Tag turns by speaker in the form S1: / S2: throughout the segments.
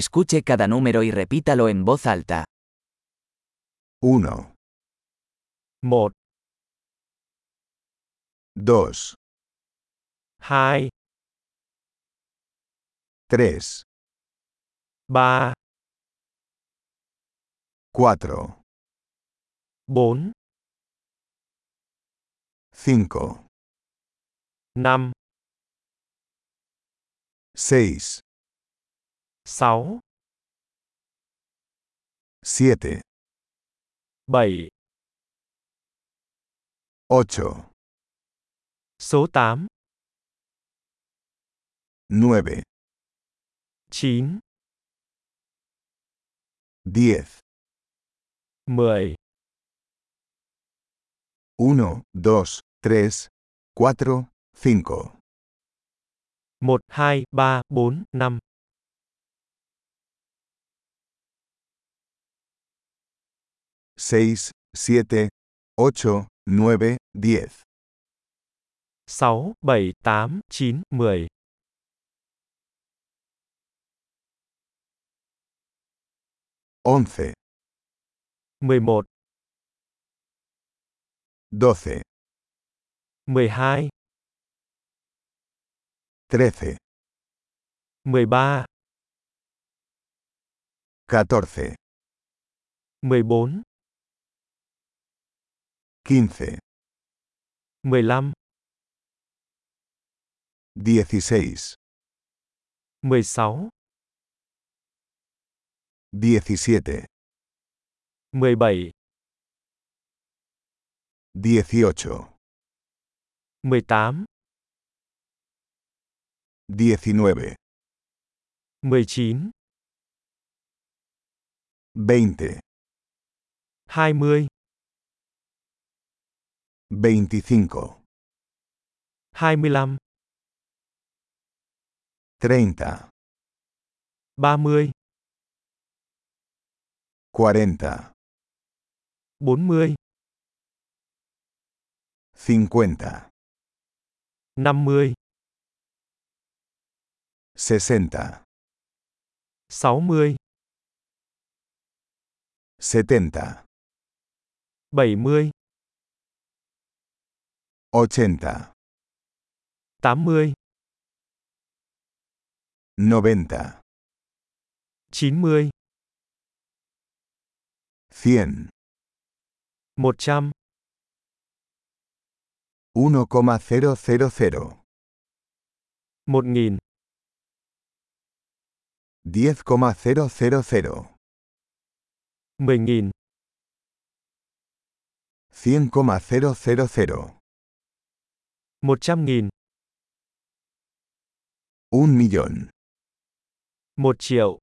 S1: Escuche cada número y repítalo en voz alta.
S2: 1,
S3: một
S2: 2,
S3: hai
S2: 3,
S3: ba
S2: 4,
S3: bốn
S2: 5,
S3: năm
S2: 6,
S3: sáu
S2: 7,
S3: bảy
S2: 8,
S3: số 8,
S2: 9,
S3: 9,
S2: 10,
S3: 10,
S2: 1, 2, 3, 4, 5,
S3: 1, 2, 3, 4, 5,
S2: 6, 7, 8, 9, 10,
S3: 6, 7, 8, 9, 10,
S2: 11,
S3: 11,
S2: 12,
S3: 12,
S2: 13,
S3: 13,
S2: 14,
S3: 14,
S2: 15,
S3: 15,
S2: 16,
S3: 16,
S2: 17,
S3: 17,
S2: 18, 19,
S3: 18, 19,
S2: 20,
S3: 20,
S2: 25.
S3: 25,
S2: 30,
S3: 30,
S2: 40, 50,
S3: 40, 50,
S2: 60,
S3: 60,
S2: 70, 80,
S3: 70, 80,
S2: 90,
S3: 90,
S2: 100,
S3: 100,
S2: 1,000,
S3: 1000,
S2: 10,000,
S3: 10000,
S2: 100,000,
S3: 100000,
S2: 1 millón.
S3: 1 triệu.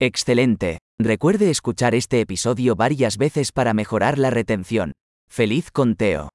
S1: Excelente. Recuerde escuchar este episodio varias veces para mejorar la retención. ¡Feliz conteo!